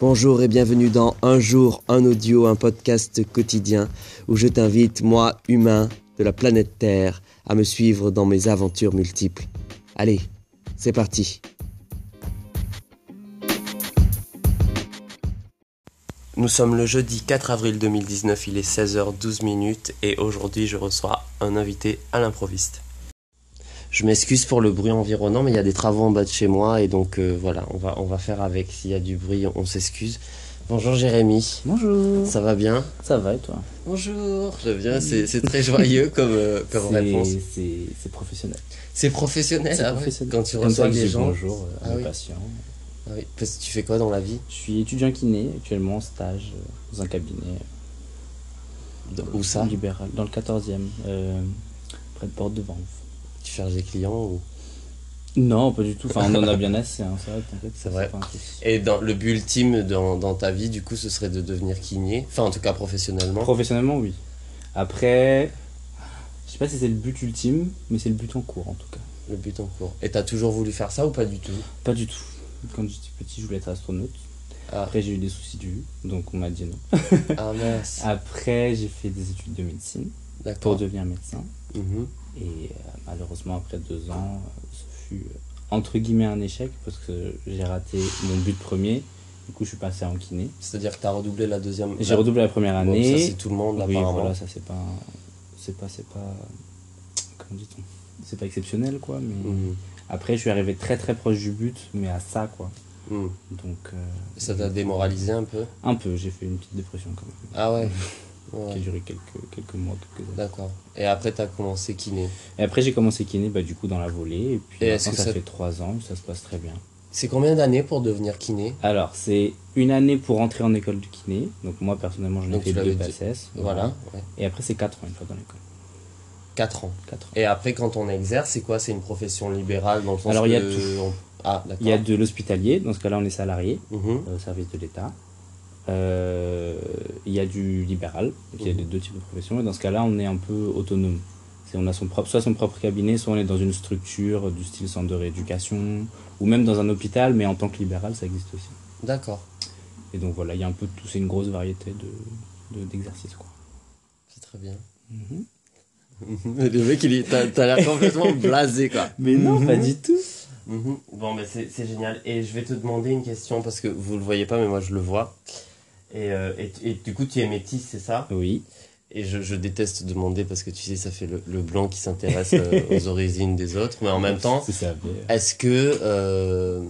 Bonjour et bienvenue dans Un jour, un audio, un podcast quotidien où je t'invite, moi, humain de la planète Terre, à me suivre dans mes aventures multiples. Allez, c'est parti. Nous sommes le jeudi 4 avril 2019, il est 16h12 minutes et aujourd'hui je reçois un invité à l'improviste. Je m'excuse pour le bruit environnant, mais il y a des travaux en bas de chez moi et donc euh, voilà, on va, on va faire avec. S'il y a du bruit, on s'excuse. Bonjour Jérémy, Bonjour. ça va bien Ça va et toi Bonjour, je viens, c'est c'est très joyeux comme, euh, comme C'est- réponse. C'est c'est professionnel. C'est professionnel, C'est ah ouais, professionnel. quand tu Comme ça, reçois je des dis gens. Bonjour euh, Ah à mes oui. patients. Ah oui, parce que tu fais quoi dans la vie Je suis étudiant kiné, actuellement en stage euh, dans un cabinet. euh, Dans- où ça Libéral, dans le 14 e près de Porte de Vanves. Tu cherches des clients ou... Non, pas du tout. Enfin, on en a bien assez, hein, ça va, t'inquiète. C'est vrai. pas un souci. Et dans, le but ultime dans, dans ta vie, du coup, ce serait de devenir kiné, enfin en tout cas professionnellement. Professionnellement, oui. Après, je sais pas si c'est le but ultime, mais c'est le but en cours en tout cas. Le but en cours. Et t'as toujours voulu faire ça ou pas du tout Pas du tout. Quand j'étais petit, je voulais être astronaute. Ah, Après, j'ai eu des soucis du vue, donc on m'a dit non. ah mince. Après, j'ai fait des études de médecine pour D'accord. devenir médecin. Mhm. Et euh, malheureusement, après deux ans, euh, ce fut euh, entre guillemets un échec parce que j'ai raté mon but premier. Du coup, je suis passé en kiné. C'est-à-dire que t'as redoublé la deuxième. J'ai redoublé la première Ah. Bon, ça année. c'est tout le monde oui, apparemment. voilà, ça c'est pas. C'est pas. C'est pas. Comment dit-on C'est pas exceptionnel quoi, mais. Mhm. Après, je suis arrivé très très proche du but, mais à ça quoi. Mhm. Donc. euh, Ça t'a démoralisé un peu Un peu, j'ai fait une petite dépression quand même, Ah ouais. Ouais, qui a duré quelques, quelques mois, quelques années. D'accord. Et après t'as commencé kiné. Et après, j'ai commencé kiné bah, du coup dans la volée. Et puis Et est-ce que maintenant, ça, ça- fait 3 ans, ça se passe très bien. C'est combien d'années pour devenir kiné Alors, c'est une année pour entrer en école de kiné. Donc, moi personnellement, j'en ai Donc, fait tu deux l'avais dit. PSS. Voilà. ouais. Et après, c'est 4 ans une fois dans l'école. Quatre ans. 4 ans. Et après, quand on exerce, c'est quoi C'est une profession libérale dans le sens Alors, il y a que tout. on- Ah, d'accord. Il y a de l'hospitalier, dans ce cas-là, on est salarié Mhm. euh, au service de l'État. Euh, il y a du libéral, donc il y a Mhm. les deux types de professions. Et dans ce cas-là, on est un peu autonome. C'est- On a son propre, soit son propre cabinet, soit on est dans une structure euh, du style centre de rééducation, ou même dans un hôpital, mais en tant que libéral, ça existe aussi. D'accord. Et donc voilà, il y a un peu de tout, c'est une grosse variété de, de- d'exercices. quoi. C'est très bien. Mm-hmm. Le mec, il est... t'as, t'as l'air complètement blasé, quoi. Mais non, pas du tout. Mhm. Bon, mais c'est, c'est génial. Et je vais te demander une question parce que vous le voyez pas, mais moi je le vois. Et, euh, et, et du coup, tu es métis, c'est ça Oui, Et je, je déteste demander parce que tu sais, ça fait le, le blanc qui s'intéresse euh, aux origines des autres. Mais en même temps, c'est ça. mais, euh, Est-ce que euh,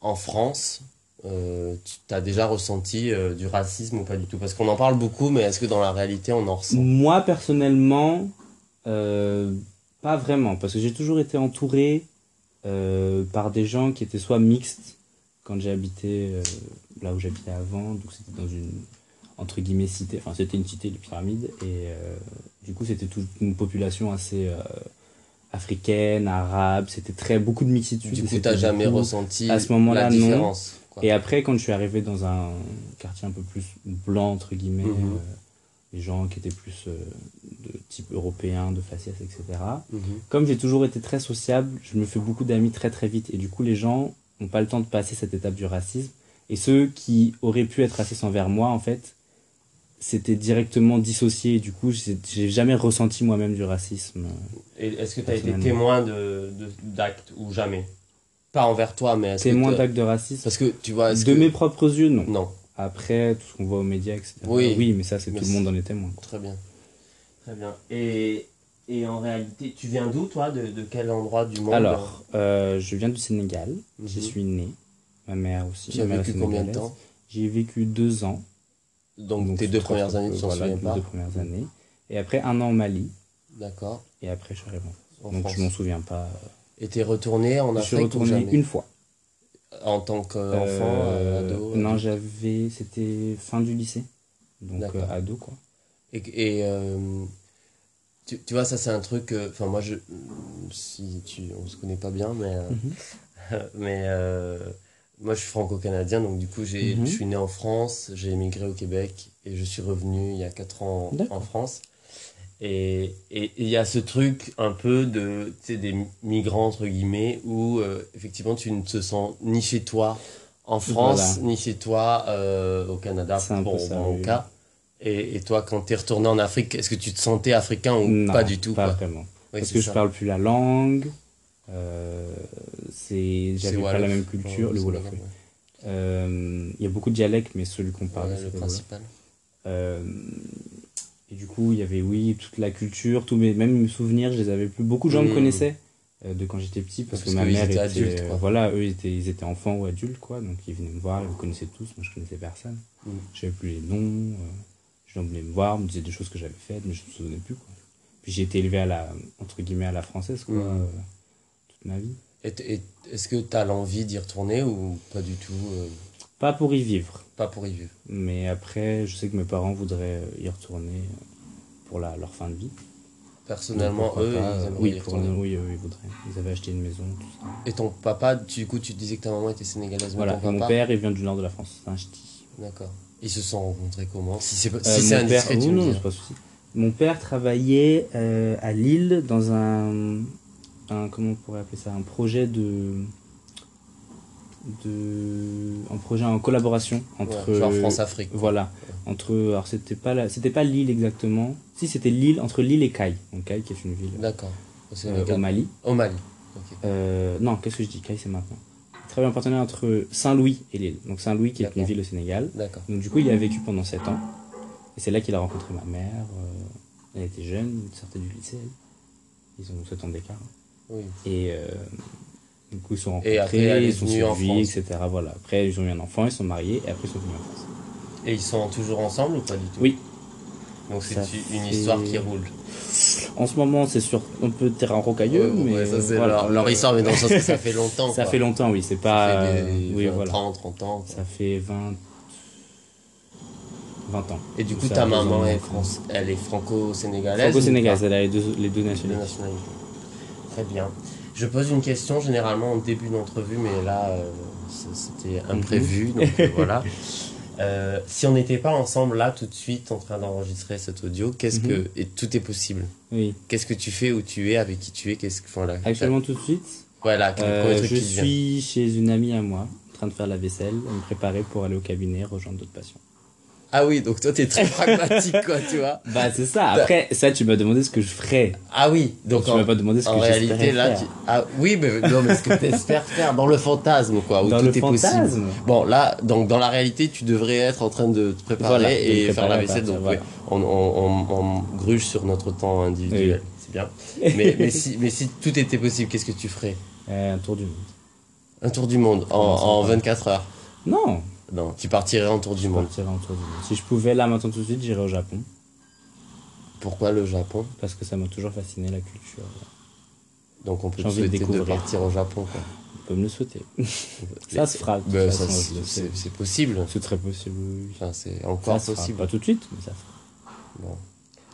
en France, euh, tu as déjà ressenti euh, du racisme ou pas du tout Parce qu'on en parle beaucoup, mais est-ce que dans la réalité, on en ressent Moi, personnellement, euh, pas vraiment, parce que j'ai toujours été entouré euh, par des gens qui étaient soit mixtes, quand j'ai habité euh, là où j'habitais avant, donc c'était dans une, entre guillemets, cité, enfin c'était une cité, les pyramides, et euh, du coup c'était toute une population assez euh, africaine, arabe, c'était très, beaucoup de mixitude. Du et coup, c'était t'as jamais beaucoup- ressenti à ce moment-là, la non. différence quoi. Et après, quand je suis arrivé dans un quartier un peu plus blanc, entre guillemets, Mhm. euh, les gens qui étaient plus euh, de type européen, de faciès, etc. Mhm. Comme j'ai toujours été très sociable, je me fais beaucoup d'amis très très vite. Et du coup, les gens n'ont pas le temps de passer cette étape du racisme. Et ceux qui auraient pu être racistes envers moi, en fait, c'était directement dissocié. Et du coup, j'ai j'ai jamais ressenti moi-même du racisme. Et est-ce que t'as été Personnellement. témoin de, de- d'actes ou jamais Pas envers toi, mais est-ce que Témoin t'as- d'actes de racisme. Parce que tu vois, est-ce De que- mes propres yeux, non. non, Après, tout ce qu'on voit aux médias, etc. Oui. oui mais ça, c'est Mais tout le c'est- monde en est témoin. très bien, très bien. Et et en réalité, tu viens d'où toi de, de quel endroit du monde Alors, euh, je viens du Sénégal, j'y ben. Mhm. suis né, ma mère aussi. tu ma as mère est vécu combien de sénégalaise. temps J'ai vécu deux ans. Donc, donc tes deux trois- premières années, tu t'en voilà, souviens mes pas deux premières années. Et après, un an au Mali, D'accord. et après, je suis arrivé en France. En Donc, France. je m'en souviens pas. Et t'es retourné en Je Afrique suis ou retourné jamais une fois. En tant qu'enfant, Euh, ado Non, adulte j'avais. C'était fin du lycée. Donc, D'accord. euh, ado, quoi. Et, et, euh, tu, tu vois, ça c'est un truc... euh, Enfin, moi, je... Si tu... On se connaît pas bien, mais... euh, Mhm. mais euh, moi, je suis franco-canadien, donc du coup, j'ai, Mhm. je suis né en France, j'ai émigré au Québec et je suis revenu il y a 4 ans en- en D'accord. France. Et et- et il y a ce truc un peu de, tu sais, des migrants, entre guillemets, où euh, effectivement, tu ne te sens ni chez toi, en France, ni chez toi, euh, au Canada, C'est un peu pour ça, mon oui. cas. Et, et toi, quand t'es retourné en Afrique, est-ce que tu te sentais africain ou Non, pas du tout Pas quoi vraiment. Oui, Parce c'est que ça. je parle plus la langue. Euh, c'est, C'est j'avais pas Wolof. la même culture. Ouais, le c'est Wolof, Wolof, oui. ouais. Euh, Il y a beaucoup de dialectes, mais celui qu'on parle, Ouais, c'est le le Wolof. principal. Euh, et du coup, il y avait, oui, toute la culture, tous mes, même mes souvenirs, je les avais plus. Beaucoup de gens Mm. me connaissaient euh, de quand j'étais petit parce, Parce que ma qu'eux, ils mère étaient était. adultes, euh, quoi. voilà, eux, ils étaient, ils étaient enfants ou adultes, quoi. Donc, ils venaient me voir, ils me connaissaient tous. Moi, je connaissais personne. Mm. Je savais plus les noms. euh, les gens venaient me voir, me disaient des choses que j'avais faites, mais je me souvenais plus, quoi. Puis, j'ai été élevé à la, entre guillemets, à la française, quoi, Mm. euh, toute ma vie. Et t- et Est-ce que t'as l'envie d'y retourner ou pas du tout euh, Pas pour y vivre. Pas pour y vivre. Mais après, je sais que mes parents voudraient euh, y retourner euh, pour la, leur fin de vie. Personnellement, Donc, pourquoi eux, pas, ils euh, aimeraient y oui, pour retourner. nous, oui, eux, ils voudraient. Ils avaient acheté une maison, tout ça. Et ton papa, du coup, tu disais que ta maman était sénégalaise, mais Voilà, ton mon papa. père, il vient du nord de la France, c'est un ch'ti. D'accord. Ils se sont rencontrés comment Si c'est pas- Euh, si c'est mon père, indiscret, tu oui, me non, dis. c'est pas un souci. Mon père travaillait euh, à Lille dans un, un- comment on pourrait appeler ça, un projet de de un projet en collaboration entre Ouais, genre France-Afrique. Voilà, entre alors c'était pas la- c'était pas Lille exactement. Si c'était Lille entre Lille et Caille. Donc Caille qui est une ville D'accord. Au euh, Sénégal. au Mali. Au Mali. Ok. Euh, non, qu'est-ce que je dis Caille, c'est maintenant. Il travaille en partenariat entre Saint-Louis et Lille. Donc Saint-Louis qui est D'accord. une ville au Sénégal. D'accord. Donc du coup, il y a vécu pendant 7 ans. Et c'est là qu'il a rencontré ma mère. euh, elle était jeune, elle sortait du lycée. elle. Ils ont 7 ans d'écart. Oui. Et euh, du coup, ils se sont rencontrés, Et après, elle est ils se sont venue en suivis, France. etc. Voilà. Après, ils ont eu un enfant, ils sont mariés, et après, ils sont venus en France. Et ils sont toujours ensemble ou pas du tout Oui. Donc c'est Ça une fait- histoire qui roule. En ce moment, c'est sur un peu de terrain rocailleux, Ouais, mais ouais, ça, c'est voilà. leur, leur histoire, mais dans le sens que ça fait longtemps. Ça quoi. fait longtemps, oui. C'est Ça pas... fait euh, des- oui, vingt, voilà. 30, 30 ans. quoi. Ça fait 20... 20 ans. Et du coup, Ça ta fait maman deux ans est, en France. France- elle est franco-sénégalaise. Franco-sénégalaise, ou elle a les deux, les deux pas De nationalités. nationalité. Très bien. Je pose une question généralement en début d'entrevue, mais là, euh, c- c'était imprévu. Mhm. Donc euh, voilà. Euh, si on n'était pas ensemble là tout de suite en train d'enregistrer cet audio, qu'est-ce Mhm. que. Et tout est possible. Oui. Qu'est-ce que tu fais, où tu es, avec qui tu es, qu'est-ce que. Enfin, là, Actuellement, tout de suite, Voilà, quel est le Euh, premier truc je qui te vient suis chez une amie à moi, en train de faire la vaisselle, et me préparer pour aller au cabinet rejoindre d'autres patients. Ah oui, donc toi, t'es très pragmatique, quoi, tu vois. Bah c'est ça. Après, ça tu m'as demandé ce que je ferais. Ah oui, donc tu en, m'as pas demandé ce en que réalité, j'espérais là, faire. tu- Ah oui, mais, non, mais ce que t'espères faire dans le fantasme, quoi, où Dans tout le est possible. fantasme. Bon, là, donc dans la réalité, tu devrais être en train de te préparer Voilà, de me et faire préparer la à vaisselle, partir, donc voilà. oui, on, on- on- on gruge sur notre temps individuel. C'est bien. Mais, mais, si, mais si tout était possible, qu'est-ce que tu ferais Euh, un tour du monde. Un tour du monde en, Comment ça en 24 heures. Non. Non, tu partirais en tour du Je monde. partirais en tour du monde. Si je pouvais là maintenant tout de suite, j'irais au Japon Pourquoi le Japon parce que ça m'a toujours fasciné la culture. Donc on peut J'ai te envie de souhaiter de, découvrir. partir au Japon. quoi. On peut me le souhaiter. ça se fera. de toute Ben, ça, façon, je c'est le sais. c'est- c'est possible. C'est très possible. oui. Enfin, c'est Ça encore se fera. possible. Pas tout de suite, mais ça se fera. Bon.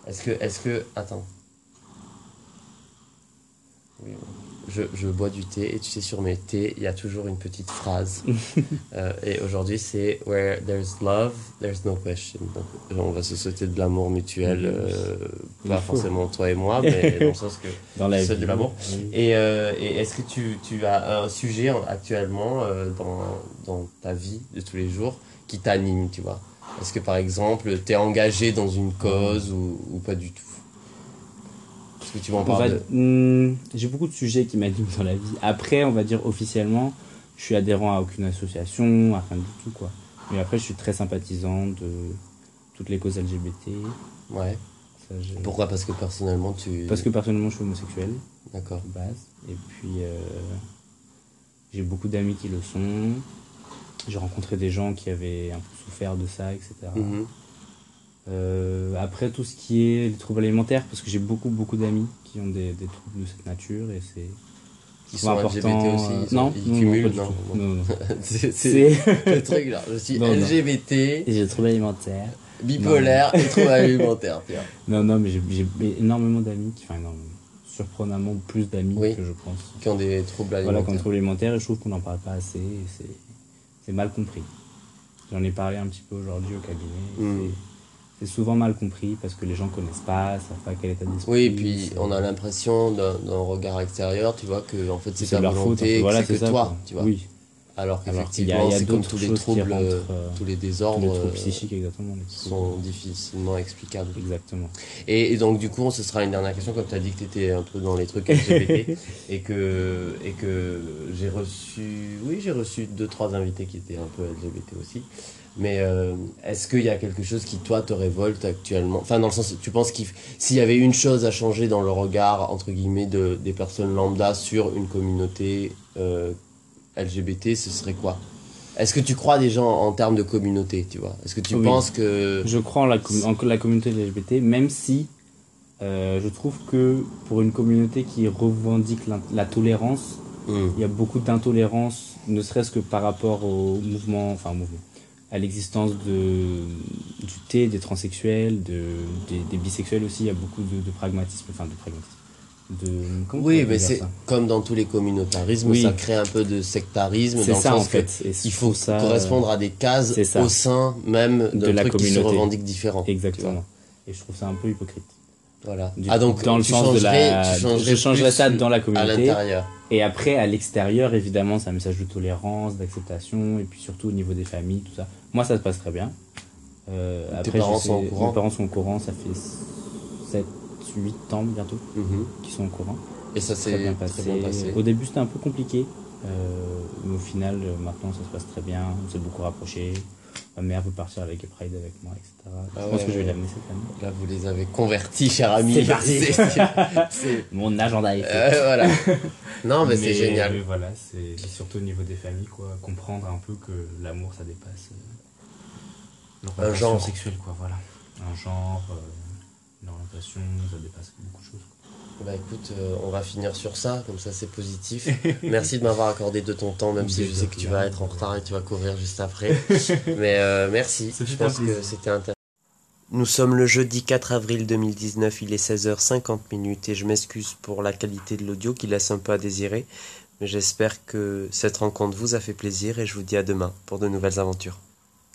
Est-ce que, est-ce que, attends. Oui, bon. Je, je bois du thé et tu sais sur mes thés il y a toujours une petite phrase Euh, et aujourd'hui c'est where there's love there's no question donc on va se souhaiter de l'amour mutuel euh, Il pas faut. forcément toi et moi mais dans le sens que Dans la C'est de vie. l'amour. Oui. Et, euh, et est-ce que tu, tu as un sujet en- actuellement euh, dans, dans ta vie de tous les jours qui t'anime, tu vois Est-ce que par exemple, tu es engagé dans une cause ou, ou pas du tout Est-ce que tu m'en On va- parles de- Hmm, J'ai beaucoup de sujets qui m'animent dans la vie. Après, on va dire officiellement, je suis adhérent à aucune association, à rien du tout, quoi. Mais après, je suis très sympathisant de toutes les causes LGBT. Ouais. Ça, je- Pourquoi Parce que personnellement, tu. Parce que personnellement, je suis homosexuel, D'accord. de base. Et puis, euh, j'ai beaucoup d'amis qui le sont. J'ai rencontré des gens qui avaient un peu souffert de ça, etc. Mhm. Euh, après, tout ce qui est les troubles alimentaires, parce que j'ai beaucoup, beaucoup d'amis qui ont des, des troubles de cette nature et c'est. Qui C'est sont important, LGBT aussi euh, ils ont- non, Ils non, non, pas cumulent, du non, tout. bon. Non, non. C'est c'est C'est le truc là. Je suis Non, non. LGBT, j'ai trouble alimentaire. bipolaire et trouble alimentaire, tu vois. Non, non, mais j'ai- j'ai énormément d'amis, qui- enfin énormément, surprenamment plus d'amis Oui. que je pense. Qui ont des troubles Voilà, quand alimentaires. trouble alimentaire, et je trouve qu'on n'en parle pas assez, et c'est c'est mal compris. J'en ai parlé un petit peu aujourd'hui au cabinet. et Mm. c'est- C'est souvent mal compris parce que les gens connaissent pas, savent pas quel état d'esprit. Oui, et puis c'est- on a l'impression d'un d'un regard extérieur, tu vois, que en fait c'est c'est ta de leur faute. volonté, hein. que Voilà, c'est que ça, toi, quoi. tu vois. Oui. Alors Alors qu'il y a, qu'effectivement, il y a c'est comme d'autres tous les choses qui troubles, rentrent, euh, euh, tous les tous désordres les troubles euh, psychiques, exactement. les troubles- sont difficilement explicables. Exactement. Et, et donc, du coup, ce sera une dernière question, comme tu as dit que tu étais un peu dans les trucs LGBT et que, et que j'ai reçu, oui, j'ai reçu deux, trois invités qui étaient un peu LGBT aussi. Mais euh, est-ce qu'il y a quelque chose qui, toi, te révolte actuellement Enfin, dans le sens, tu penses qu'il f- s'il y avait une chose à changer dans le regard, entre guillemets, de, des personnes lambda sur une communauté euh, LGBT, ce serait quoi Est-ce que tu crois des gens en termes de communauté, tu vois Est-ce que tu Oui. penses que... Je crois en la, com- en la communauté LGBT, même si euh, je trouve que pour une communauté qui revendique l'in- la tolérance, Hmm. il y a beaucoup d'intolérance, ne serait-ce que par rapport au mouvement, enfin au mouvement, à l'existence de, du T, des transsexuels, de, des, des bisexuels aussi, il y a beaucoup de, de pragmatisme, enfin de pragmatisme. De, comment on Oui, peut mais dire c'est ça comme dans tous les communautarismes, Oui. ça crée un peu de sectarisme C'est dans ça le en sens que fait. Et il je faut trouve ça, euh, correspondre à des cases c'est ça. au sein même De d'un la truc qui se communauté. revendique différent. Exactement. Et je trouve ça un peu hypocrite. Voilà. Du- ah donc dans le tu sens de changerais- la, tu changerais je changerais plus ça dans la à communauté. l'intérieur. Et après, à l'extérieur, évidemment, c'est un message de tolérance, d'acceptation, et puis surtout au niveau des familles, tout ça. Moi, ça se passe très bien. Euh, Tes après, je parents sont au mes courant parents sont au courant, ça fait 7, 8 ans bientôt Mhm. qu'ils sont au courant. Et ça Très bien s'est passé. très bien passé. Au début, c'était un peu compliqué, euh, mais au final, euh, maintenant, ça se passe très bien, on s'est beaucoup rapprochés. Ma mère veut partir avec les Pride avec moi, etc. Ah je pense ouais, que je vais ouais. l'amener cette année. Là vous les avez convertis, cher ami. C'est parti. c'est- Mon agenda est fait. euh, voilà. Non mais, c'est génial. mais voilà, c'est c'est surtout au niveau des familles, quoi. Comprendre un peu que l'amour, ça dépasse euh, l'orientation genre. sexuelle, quoi. Voilà. Un genre, euh, une orientation, ça dépasse beaucoup de choses. quoi. Bah écoute, euh, on va finir sur ça, comme ça c'est positif. Merci de m'avoir accordé de ton temps, même si je sais que tu vas être en retard et tu vas courir juste après. Mais euh, merci, Ça fait je pense plaisir. que c'était intéressant. Nous sommes le jeudi 4 avril 2019, il est 16h50 minutes et je m'excuse pour la qualité de l'audio qui laisse un peu à désirer. Mais j'espère que cette rencontre vous a fait plaisir et je vous dis à demain pour de nouvelles aventures.